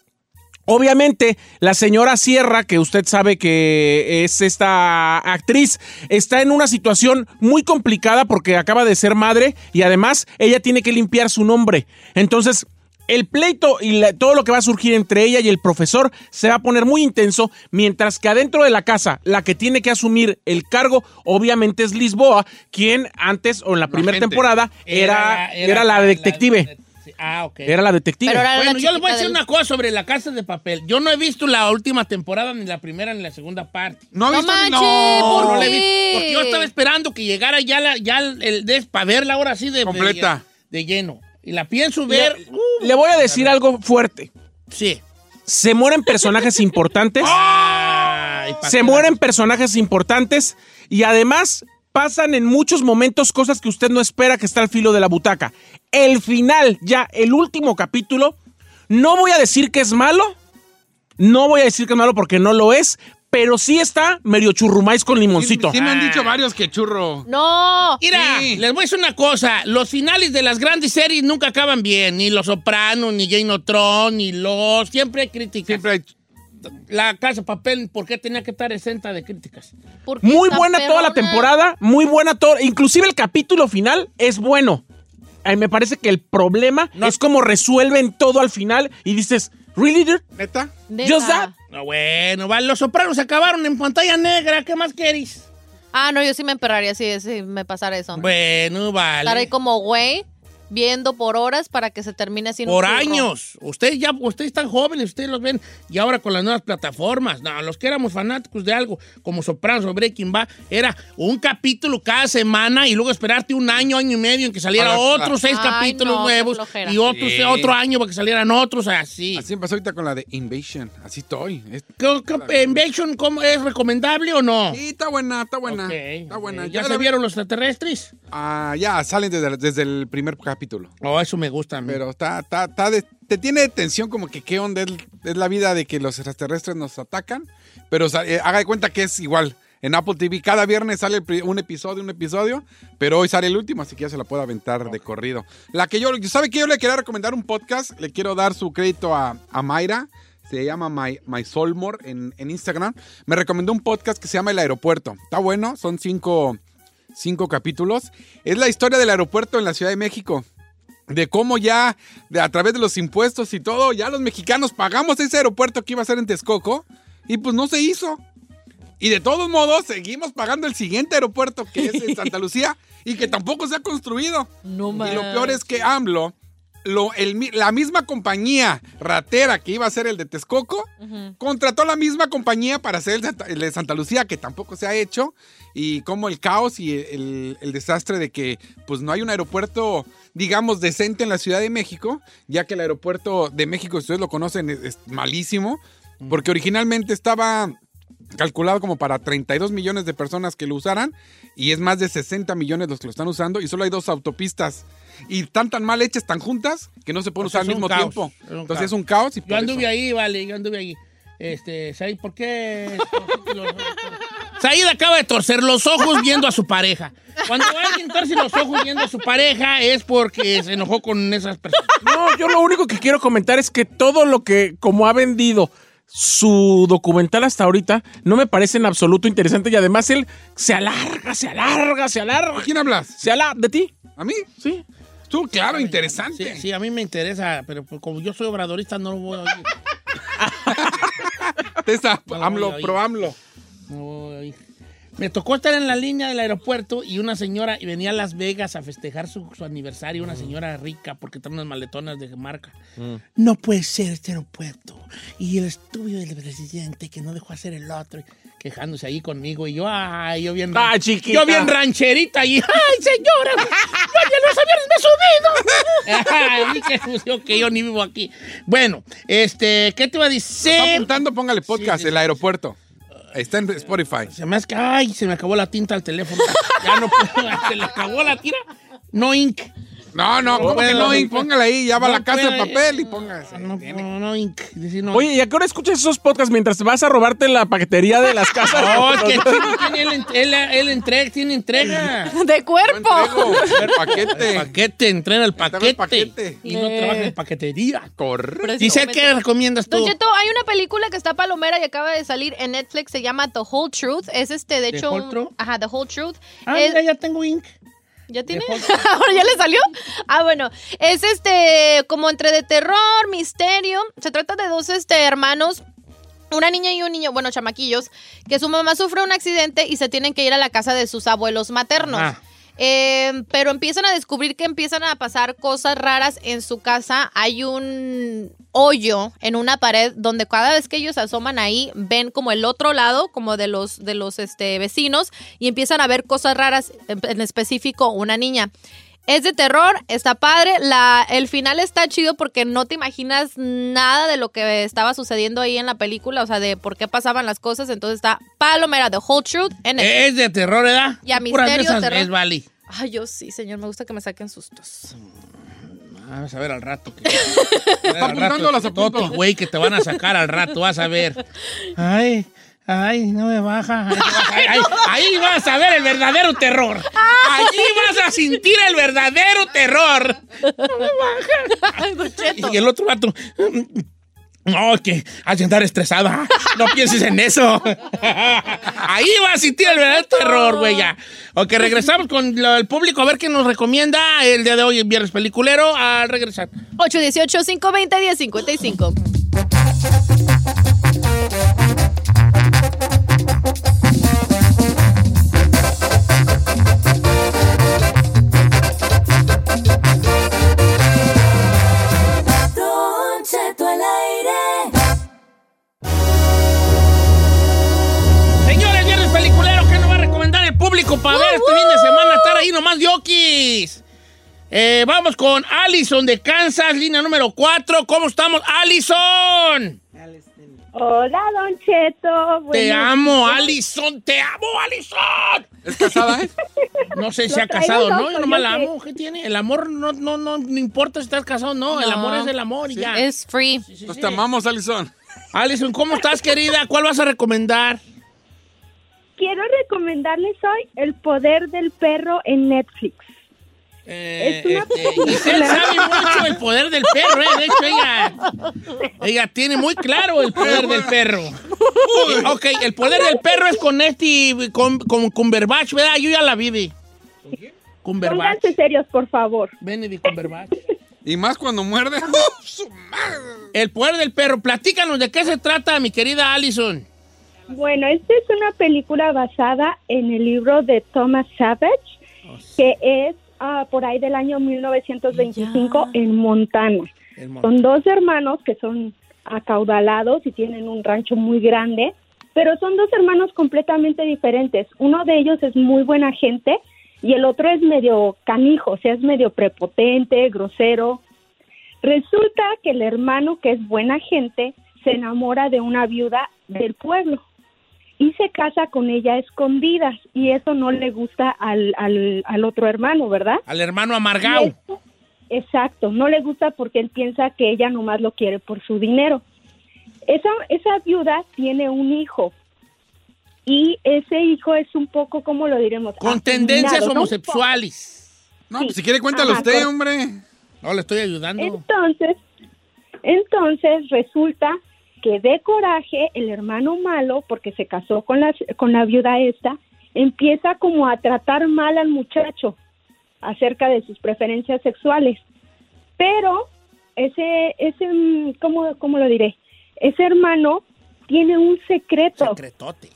Speaker 4: Obviamente, la señora Sierra, que usted sabe que es esta actriz, está en una situación muy complicada porque acaba de ser madre y además ella tiene que limpiar su nombre. Entonces, el pleito y la- todo lo que va a surgir entre ella y el profesor se va a poner muy intenso, mientras que adentro de la casa, la que tiene que asumir el cargo, obviamente es Lisboa, quien antes o en la primera
Speaker 3: gente.
Speaker 4: temporada era, era la detective.
Speaker 1: ah, ok.
Speaker 4: Era la detective.
Speaker 2: Pero ahora la
Speaker 1: Bueno, yo les voy a
Speaker 2: chiquita
Speaker 1: decir
Speaker 2: del-
Speaker 1: una cosa sobre la casa de papel. Yo no he visto la última temporada, ni la primera, ni la segunda parte.
Speaker 3: No ha
Speaker 2: No
Speaker 3: visto ni-
Speaker 2: manches,
Speaker 3: no.
Speaker 2: ¿por
Speaker 1: No la he
Speaker 2: qué?
Speaker 1: visto, Porque yo estaba esperando que llegara ya, la, ya el, el des- para verla ahora sí de,
Speaker 3: Completa.
Speaker 1: de, de lleno. Y la pienso ver.
Speaker 4: Le,
Speaker 1: uh,
Speaker 4: le voy a decir algo fuerte.
Speaker 1: sí.
Speaker 4: Se mueren personajes importantes.
Speaker 1: Ay, pa'
Speaker 4: se
Speaker 1: que-
Speaker 4: mueren personajes importantes. Y además pasan en muchos momentos cosas que usted no espera que está al filo de la butaca. El final, ya el último capítulo, no voy a decir que es malo. No voy a decir que es malo porque no lo es. pero sí está medio churrumáis con limoncito.
Speaker 3: Sí me han dicho varios que churro.
Speaker 2: ¡No!
Speaker 1: Mira, les voy a decir una cosa. Los finales de las grandes series nunca acaban bien. Ni Los Sopranos, ni Game of Thrones, ni Los... Siempre hay críticas. Siempre hay... La Casa de Papel, ¿por qué tenía que estar exenta de críticas?
Speaker 4: Muy buena toda la temporada, muy buena toda. Inclusive el capítulo final es bueno. A mí me parece que el problema es como resuelven todo al final y dices, ¿really, dude?
Speaker 3: ¿Neta?
Speaker 4: Just that.
Speaker 1: No, bueno, va, Los Sopranos se acabaron en pantalla negra. ¿Qué más querís?
Speaker 2: Ah, no, yo sí me emperraría si, si me pasara eso.
Speaker 1: Bueno, vale.
Speaker 2: Estar ahí como güey, viendo por horas para que se termine sin un
Speaker 1: Por
Speaker 2: churro.
Speaker 1: años. Ustedes ya, ustedes están jóvenes, ustedes los ven. Y ahora con las nuevas plataformas. No, los que éramos fanáticos de algo, como Sopranos o Breaking Bad, era un capítulo cada semana y luego esperarte un año, año y medio en que saliera
Speaker 3: Ahora,
Speaker 1: otros seis
Speaker 3: ah. Ay,
Speaker 1: capítulos
Speaker 3: no, qué
Speaker 1: nuevos.
Speaker 3: flojera.
Speaker 1: Y otros,
Speaker 3: Sí.
Speaker 1: otro año para que salieran otros, así.
Speaker 3: Así empezó ahorita con la de Invasion. Así estoy. Es-
Speaker 1: ¿Qué- qué- ¿Invasion cómo, es recomendable o no?
Speaker 3: Sí, está buena, está buena. Está buena.
Speaker 1: ¿Ya,
Speaker 3: Yo
Speaker 1: se
Speaker 3: la vi-
Speaker 1: vieron los extraterrestres?
Speaker 3: Ah, ya, salen desde, desde el primer capítulo.
Speaker 1: Oh, eso me gusta.
Speaker 3: Pero está, está, está de- te tiene tensión como que qué onda es, es la vida de que los extraterrestres nos atacan. Pero o sea, eh, haga de cuenta que es igual. En Apple TV cada viernes sale el pri- un episodio, un episodio, pero hoy sale el último, así que ya se la puedo aventar de corrido. La que yo, ¿sabe que Yo le quería recomendar un podcast, le quiero dar su crédito a, a Mayra, se llama My, My Solmore en, en Instagram. Me recomendó un podcast que se llama El Aeropuerto. Está bueno, son cinco, cinco capítulos. Es la historia del aeropuerto en la Ciudad de México de cómo ya de- a través de los impuestos y todo, ya los mexicanos pagamos ese aeropuerto que iba a ser en Texcoco y pues no se hizo. Y de todos modos seguimos pagando el siguiente aeropuerto que es en Santa Lucía y que tampoco se ha construido. y lo peor es que AMLO, lo- el mi- la misma compañía ratera que iba a ser el de Texcoco, contrató la misma compañía para hacer el, Santa- el de Santa Lucía, que tampoco se ha hecho, y como el caos y el, el desastre de que pues no hay un aeropuerto, digamos, decente en la Ciudad de México, ya que el aeropuerto de México, si ustedes lo conocen, es, es malísimo, porque originalmente estaba calculado como para 32 millones de personas que lo usaran y es más de 60 millones los que lo están usando y solo hay dos autopistas y están tan mal hechas, tan juntas, que no se pueden
Speaker 1: O sea,
Speaker 3: usar al
Speaker 1: Pues es un
Speaker 3: mismo tiempo.
Speaker 1: caos, es un
Speaker 3: Entonces
Speaker 1: caos.
Speaker 3: es un caos y
Speaker 1: Yo
Speaker 3: por
Speaker 1: anduve
Speaker 3: eso-
Speaker 1: ahí, vale, yo anduve ahí. Este, Said, ¿por qué? Said acaba de torcer los ojos viendo a su pareja. Cuando alguien torce los ojos viendo a su pareja es porque se enojó con esas personas.
Speaker 4: No, yo lo único que quiero comentar es que todo lo que, como ha vendido su documental hasta ahorita, no me parece en absoluto interesante y además él se alarga, se alarga, se alarga.
Speaker 3: quién hablas?
Speaker 4: Se alarga. ¿De ti?
Speaker 3: ¿A mí?
Speaker 4: Sí.
Speaker 3: Tú, claro, interesante.
Speaker 1: Sí, sí, a mí me interesa, pero pues como yo soy obradorista no lo voy a oír.
Speaker 3: Tessa,
Speaker 1: No lo voy a
Speaker 3: AMLO,
Speaker 1: oír.
Speaker 3: pro AMLO.
Speaker 1: No lo voy a oír. Me tocó estar en la línea del aeropuerto y una señora y venía a Las Vegas a festejar su, su aniversario, una señora rica porque trae unas maletonas de marca. No puede ser este aeropuerto. Y el estudio del presidente que no dejó hacer el otro, quejándose ahí conmigo. Y yo, ay, yo bien.
Speaker 4: Ah, chiquita.
Speaker 1: Yo bien rancherita y, ay, señora, yo ya los aviones me he subido. Ay, que sucio que yo ni vivo aquí. Bueno, este, ¿qué te iba a decir?
Speaker 3: Está apuntando, póngale podcast, el aeropuerto. Está en Spotify.
Speaker 1: Se me hace que, ay, se me acabó la tinta al teléfono. Ya no puedo, se le acabó la tira. No ink.
Speaker 3: No, no, ¿cómo que no, Inc? Póngala ahí, ya va a la casa de papel y póngase.
Speaker 1: No, no, no, Inc. Decir no.
Speaker 4: Oye, ¿y a qué hora escuchas esos podcasts mientras te vas a robarte la paquetería de las casas?
Speaker 1: No, es que el chino tiene, él, él, él entrega, tiene entrega.
Speaker 2: ¡De cuerpo!
Speaker 3: El paquete.
Speaker 1: El paquete, entrega el paquete.
Speaker 3: paquete.
Speaker 1: Y no
Speaker 2: Eh.
Speaker 1: trabaja en paquetería.
Speaker 3: Correcto.
Speaker 1: Dice, ¿qué recomiendas tú?
Speaker 2: Don Cheto, hay una película que está palomera y acaba de salir en Netflix, se llama The Whole Truth. Es este, de
Speaker 1: ¿The
Speaker 2: hecho...
Speaker 1: Whole
Speaker 2: un-
Speaker 1: Truth?
Speaker 2: Ajá, The Whole Truth.
Speaker 1: Ah,
Speaker 2: Es-
Speaker 1: mira, ya tengo ink.
Speaker 2: ¿Ya tiene?
Speaker 1: Whole
Speaker 2: ¿Ahora ya le salió? Ah, bueno. Es este, como entre de terror, misterio. Se trata de dos este, hermanos. Una niña y un niño, bueno, chamaquillos, que su mamá sufre un accidente y se tienen que ir a la casa de sus abuelos maternos.
Speaker 10: Ajá.
Speaker 2: Eh, pero empiezan a descubrir que empiezan a pasar cosas raras en su casa. Hay un hoyo en una pared donde cada vez que ellos se asoman ahí ven como el otro lado, como de los de los este, vecinos y empiezan a ver cosas raras, en, en específico una niña. Es de terror, está padre. La, el final está chido porque no te imaginas nada de lo que estaba sucediendo ahí en la película, o sea, de por qué pasaban las cosas. Entonces está Palomera, The Whole Truth. En el-
Speaker 1: Es de terror, ¿verdad?
Speaker 2: Y a
Speaker 1: Puras de
Speaker 2: misterio,
Speaker 1: esas
Speaker 2: terror.
Speaker 1: Es Vali.
Speaker 2: Ay, yo sí, señor, me gusta que me saquen sustos.
Speaker 1: Vamos a ver al rato. Que... Está
Speaker 3: apuntando, las apunto.
Speaker 1: güey, que te van a sacar al rato, vas a ver. Ay, Ay, no me baja. Ay, ay, Ahí vas a ver el verdadero terror. Allí vas a sentir el verdadero terror. Y el otro vato. "Mm, No, es que has de andar estresada. No pienses en eso. Ahí vas a sentir el verdadero terror, güey. ya. Ok, regresamos con lo- el público a ver qué nos recomienda el día de hoy, el viernes peliculero, al regresar.
Speaker 2: 818-520-1055.
Speaker 6: Don Cheto al aire.
Speaker 1: Señores, viernes peliculero, ¿qué nos va a recomendar el público para ver este fin de semana? Estar ahí nomás yokis. Eh, vamos con Allison de Kansas, línea número 4. ¿Cómo estamos, Allison?
Speaker 10: Hola, Don Cheto.
Speaker 1: Te amo,
Speaker 10: Alice.
Speaker 1: Allison, te amo, Allison. ¿Es casada, eh? No sé si
Speaker 10: Lo
Speaker 1: ha casado,
Speaker 10: traigo
Speaker 1: ¿no? Yo
Speaker 10: loco,
Speaker 1: nomás
Speaker 10: yo
Speaker 1: la
Speaker 10: sé.
Speaker 1: amo. ¿Qué tiene? El amor no, no, no, no importa si estás casado o no. El
Speaker 3: No.
Speaker 1: amor es el amor y
Speaker 3: Sí.
Speaker 1: ya.
Speaker 3: Es
Speaker 2: free.
Speaker 3: Nos te amamos, Alison.
Speaker 1: Allison, ¿cómo estás, querida? ¿Cuál vas a recomendar?
Speaker 10: Quiero recomendarles hoy El Poder del Perro en Netflix.
Speaker 1: Eh,
Speaker 10: Es una
Speaker 1: este, Giselle sabe mucho el poder del perro, ¿eh? De hecho, ella, ella tiene muy claro el poder del perro. Eh, ok, el poder del perro es con este, con, con Cumberbatch, ¿verdad? Yo ya la vi, vi. Cumberbatch.
Speaker 10: Pónganse serios, por favor.
Speaker 1: Benedict Cumberbatch. Y más cuando muerde. El poder del perro. Platícanos de qué se trata, mi querida Allison.
Speaker 10: Bueno, esta es una película basada en el libro de Thomas Savage,
Speaker 1: Oh,
Speaker 10: que es ah, por ahí del año 1925 en Montana.
Speaker 1: El
Speaker 10: Son dos hermanos que son acaudalados y tienen un rancho muy grande, pero son dos hermanos completamente diferentes. Uno de ellos es muy buena gente y el otro es medio canijo, o sea, es medio prepotente, grosero. Resulta que el hermano que es buena gente se enamora de una viuda del pueblo y se casa con ella a escondidas y eso no le gusta al, al, al otro hermano, ¿verdad?
Speaker 1: Al hermano amargado.
Speaker 10: Exacto, no le gusta porque él piensa que ella nomás lo quiere por su dinero. Esa, esa viuda tiene un hijo y ese hijo es un poco, ¿cómo lo diremos?
Speaker 1: Con tendencias
Speaker 10: Afeminado, ¿no?
Speaker 1: homosexuales.
Speaker 10: No, Sí. pues, si quiere, cuéntalo Ajá, usted, pues.
Speaker 1: hombre. No, le estoy ayudando.
Speaker 10: Entonces, entonces resulta que de coraje el hermano malo, porque se casó con la, con la viuda esta, empieza como a tratar mal al muchacho acerca de sus preferencias sexuales. Pero ese, ese mm, ¿cómo, cómo lo diré? Ese hermano tiene un secreto.
Speaker 1: Secretote.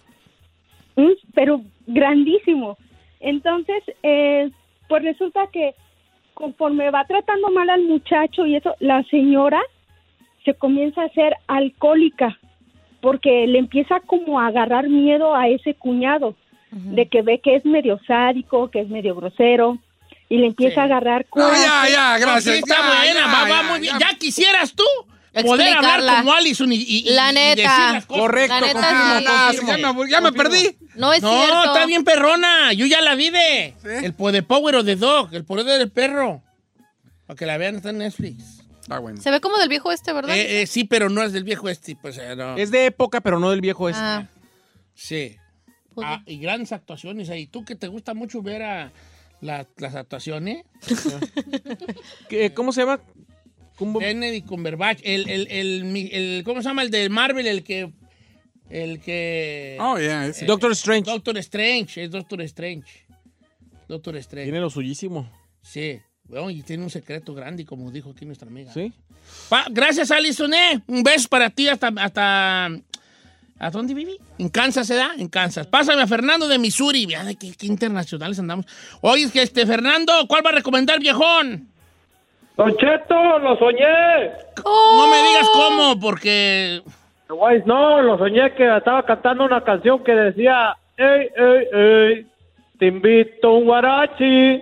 Speaker 10: Pero grandísimo. Entonces, eh, pues resulta que conforme va tratando mal al muchacho y eso, la señora se comienza a ser alcohólica porque le empieza como a agarrar miedo a ese cuñado, de que ve que es medio sádico, que es medio grosero, y le empieza a agarrar coraje.
Speaker 3: ya, ya,
Speaker 1: Sí,
Speaker 3: gracias.
Speaker 1: está
Speaker 3: Ya,
Speaker 1: buena,
Speaker 3: ya,
Speaker 1: va, va
Speaker 3: ya,
Speaker 1: muy bien.
Speaker 3: ya.
Speaker 1: Ya quisieras tú poder
Speaker 3: Explicarla.
Speaker 1: hablar como Allison y, y- y-
Speaker 2: La
Speaker 1: y
Speaker 2: neta.
Speaker 1: decir las cosas.
Speaker 2: Correcto, La neta, confirmo, sí. confirmo.
Speaker 1: Ya me abur- ya me, perdí.
Speaker 2: No es cierto.
Speaker 1: está bien perrona. Yo ya la vi de. El poder power o the dog, el poder del perro. Para que la vean está en Netflix. Eh,
Speaker 3: Está bueno.
Speaker 2: Se ve como del viejo este, ¿verdad?
Speaker 1: sí, pero no es del viejo este, pues eh, no.
Speaker 4: Es de época, pero no del viejo este.
Speaker 2: Ah.
Speaker 1: Sí. Ah, y grandes actuaciones ahí. Tú que te gusta mucho ver a la- las actuaciones.
Speaker 4: ¿Qué- ¿Cómo se llama?
Speaker 1: Benedict Cumberbatch. El, el, el, mi- el- ¿Cómo se llama? El de Marvel, el que... El que... eh,
Speaker 4: Oh, yeah, ese. Doctor Strange.
Speaker 1: Doctor Strange, es Doctor Strange. Doctor Strange.
Speaker 4: Tiene lo suyísimo.
Speaker 1: Sí. Bueno, y tiene un secreto grande, como dijo aquí nuestra amiga. Sí. gracias, Alison. eh. Un beso para ti hasta... hasta ¿A dónde viví? En Kansas, ¿se da? En Kansas. Pásame a Fernando de Missouri. Vea de qué, qué internacionales andamos. Oye, es que este, Fernando, ¿cuál va a recomendar, viejón?
Speaker 11: Don Cheto, lo soñé.
Speaker 1: No me digas cómo, porque...
Speaker 11: Guays, No, lo soñé que estaba cantando una canción que decía, ey, ey, ey, te invito a un guarachi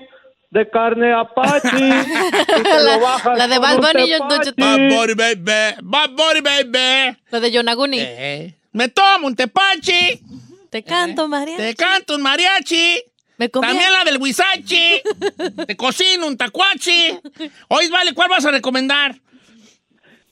Speaker 11: de carne apache. y te lo bajas
Speaker 2: La de
Speaker 11: con
Speaker 2: Bad
Speaker 11: un
Speaker 2: Bunny, yo-
Speaker 11: tepache".
Speaker 2: Bad Bunny,
Speaker 1: baby. Bad Bunny, baby. Eh,
Speaker 2: La de Yonaguni.
Speaker 1: Me tomo un tepache. Eh,
Speaker 2: Te canto, María.
Speaker 1: Te canto un mariachi. También la del huizachi. Te cocino un tacuachi. Oye, vale, ¿cuál vas a recomendar?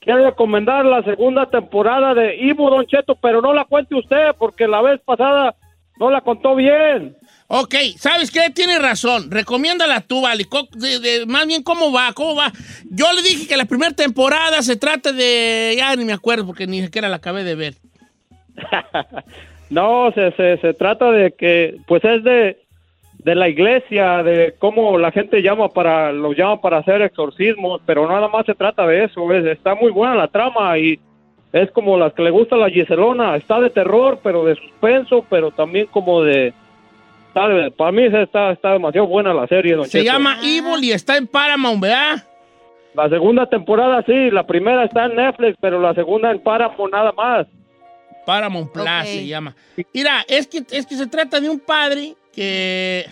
Speaker 11: Quiero recomendar la segunda temporada de Ivo Don Cheto, pero no la cuente usted porque la vez pasada no la contó bien.
Speaker 1: Ok, ¿sabes qué? Tiene razón. Recomiéndala tú, Vale. Co- de- de- más bien, ¿cómo va? ¿Cómo va? Yo le dije que la primera temporada se trata de... Ya ni me acuerdo porque ni siquiera la acabé de ver.
Speaker 11: No, se, se, se trata de que, pues es de, de la iglesia, de cómo la gente llama para, lo llama para hacer exorcismos, pero nada más se trata de eso, es, está muy buena la trama y es como las que le gusta a la Giselona, está de terror, pero de suspenso, pero también como de, está de- para mí se está, está demasiado buena la serie, don
Speaker 1: Se
Speaker 11: Cheto.
Speaker 1: llama Evil y está en Paramount, ¿verdad?
Speaker 11: La segunda temporada sí, la primera está en Netflix, pero la segunda en Paramount nada más.
Speaker 1: Paramount Plus
Speaker 11: Ok.
Speaker 1: se llama. Mira, es que, es que se trata de un padre que,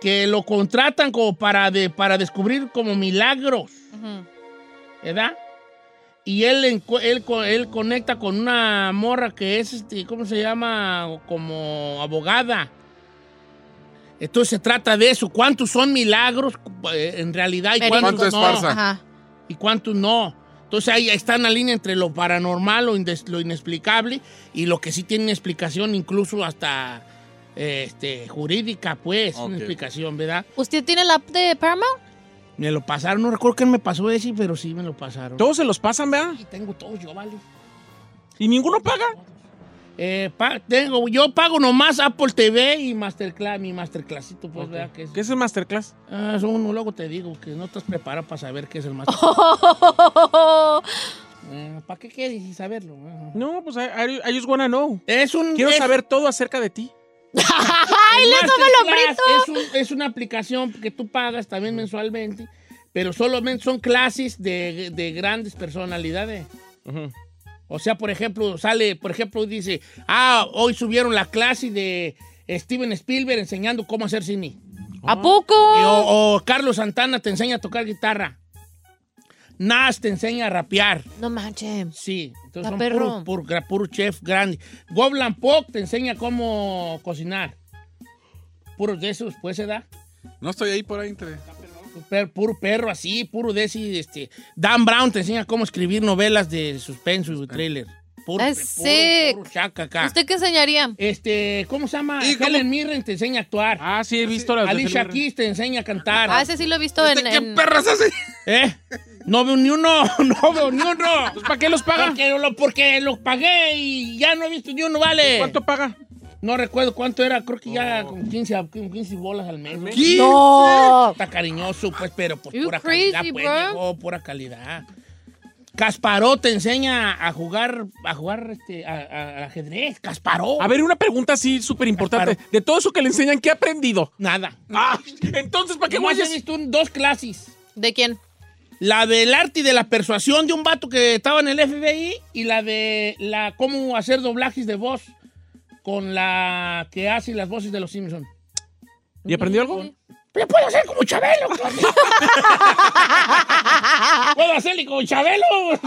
Speaker 1: que lo contratan como para, de, para descubrir como milagros, ¿verdad? Y él, encu- él, co- él conecta con una morra que es, este, ¿cómo se llama? Como abogada. Entonces se trata de eso. ¿Cuántos son milagros eh, en realidad y
Speaker 3: Verídicos.
Speaker 1: cuántos
Speaker 3: ¿Cuánto es
Speaker 1: no?
Speaker 3: farsa? Ajá.
Speaker 1: Y cuántos no. Entonces ahí está una línea entre lo paranormal, lo, indes- lo inexplicable y lo que sí tiene una explicación incluso hasta eh, este, jurídica, pues,
Speaker 2: Ok.
Speaker 1: una explicación, ¿verdad?
Speaker 2: ¿Usted tiene la app de Paramount?
Speaker 1: Me lo pasaron, no recuerdo quién me pasó ese, pero sí me lo pasaron.
Speaker 4: Todos se los pasan, ¿verdad?
Speaker 1: Y tengo todo yo, vale.
Speaker 4: ¿Y ninguno paga?
Speaker 1: Eh, pa- tengo, yo pago nomás Apple TV y Masterclass, mi Masterclassito, pues, ¿verdad? Que es,
Speaker 4: ¿Qué es el Masterclass?
Speaker 1: Ah, es uno, luego te digo que no estás preparado para saber qué es el Masterclass. Eh, ¿Para qué quieres y saberlo? Ajá.
Speaker 4: No, pues I, I- I just wanna know.
Speaker 1: Es un.
Speaker 4: Quiero
Speaker 1: es-
Speaker 4: saber todo acerca de ti.
Speaker 1: El
Speaker 4: le
Speaker 1: Masterclass
Speaker 4: soba
Speaker 1: es, un- es una aplicación que tú pagas también mensualmente, pero solamente son clases de, de grandes personalidades. O sea, por ejemplo, sale, por ejemplo, dice, ah, hoy subieron la clase de Steven Spielberg enseñando cómo hacer cine.
Speaker 2: ¿A poco?
Speaker 1: Ah. O, o Carlos Santana te enseña a tocar guitarra. Nas te enseña a rapear.
Speaker 2: No manches.
Speaker 1: Sí, entonces
Speaker 2: Está
Speaker 1: son
Speaker 2: perro.
Speaker 1: puros puro, puro chef grande. Goblan Pop te enseña cómo cocinar. Puros de esos, pues se da.
Speaker 3: No estoy ahí por ahí entre.
Speaker 1: Per- puro perro así, puro de ese, este. Dan Brown te enseña cómo escribir novelas de suspenso y thriller. Puro,
Speaker 2: Ay,
Speaker 1: pe-
Speaker 2: sick.
Speaker 1: puro chaca acá.
Speaker 2: Ah, ¿Usted qué enseñaría?
Speaker 1: Este, ¿cómo se llama? Helen Mirren te enseña a actuar.
Speaker 4: Ah, sí, he visto las de
Speaker 1: Alicia
Speaker 4: Helen Mirren.
Speaker 1: Keys te enseña a cantar.
Speaker 2: Ah, ese sí lo he visto
Speaker 1: Este
Speaker 2: en... en-
Speaker 1: ¿Eh? No veo ni uno, no veo ni uno.
Speaker 4: Pues, ¿Para qué los paga?
Speaker 1: Porque lo, porque lo pagué y ya no he visto ni uno, vale.
Speaker 4: ¿Cuánto paga?
Speaker 1: No recuerdo cuánto era, creo que ya con 15, a- con 15 bolas al mes.
Speaker 4: ¿Quince? ¡No!
Speaker 1: Está cariñoso, pues, pero pues
Speaker 2: You
Speaker 1: pura
Speaker 2: crazy,
Speaker 1: calidad, pues,
Speaker 2: bro.
Speaker 1: viejo, pura calidad. Casparó te enseña a jugar, a jugar este, a- a- al ajedrez, Casparó.
Speaker 4: A ver, una pregunta así súper importante. De todo eso que le enseñan, ¿qué ha aprendido?
Speaker 1: Nada.
Speaker 4: Ah, entonces, ¿para qué
Speaker 1: Nomás
Speaker 4: güeyes?
Speaker 1: he visto un- dos clases.
Speaker 2: ¿De quién?
Speaker 1: La del arte y de la persuasión de un vato que estaba en el FBI y la de la cómo hacer doblajes de voz con la que hace las voces de los Simpsons.
Speaker 4: ¿Y aprendió algo?
Speaker 1: ¡Le puedo hacer como Chabelo! coño! ¿Puedo hacerle como Chabelo?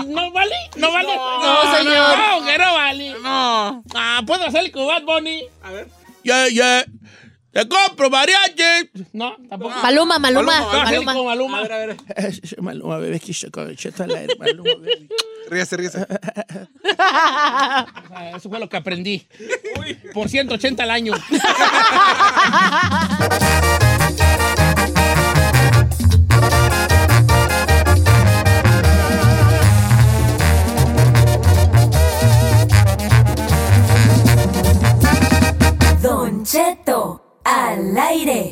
Speaker 1: ¿No vale? ¿No vale?
Speaker 4: No, señor.
Speaker 1: No, que no vale. No. Ah, ¿puedo hacerle como Bad Bunny? A ver. Yeah, yeah. Te compro mariachi. No, tampoco.
Speaker 2: Maluma, Maluma,
Speaker 1: ¿Puedo hacerle
Speaker 2: Maluma.
Speaker 1: como Maluma.
Speaker 4: A ver, a ver.
Speaker 1: Maluma, bebé, que se concheta al aire, Maluma, bebé.
Speaker 3: Ríase, ríase.
Speaker 1: Ah, Eso fue lo que aprendí. Por 180 al año.
Speaker 6: Don Cheto al aire.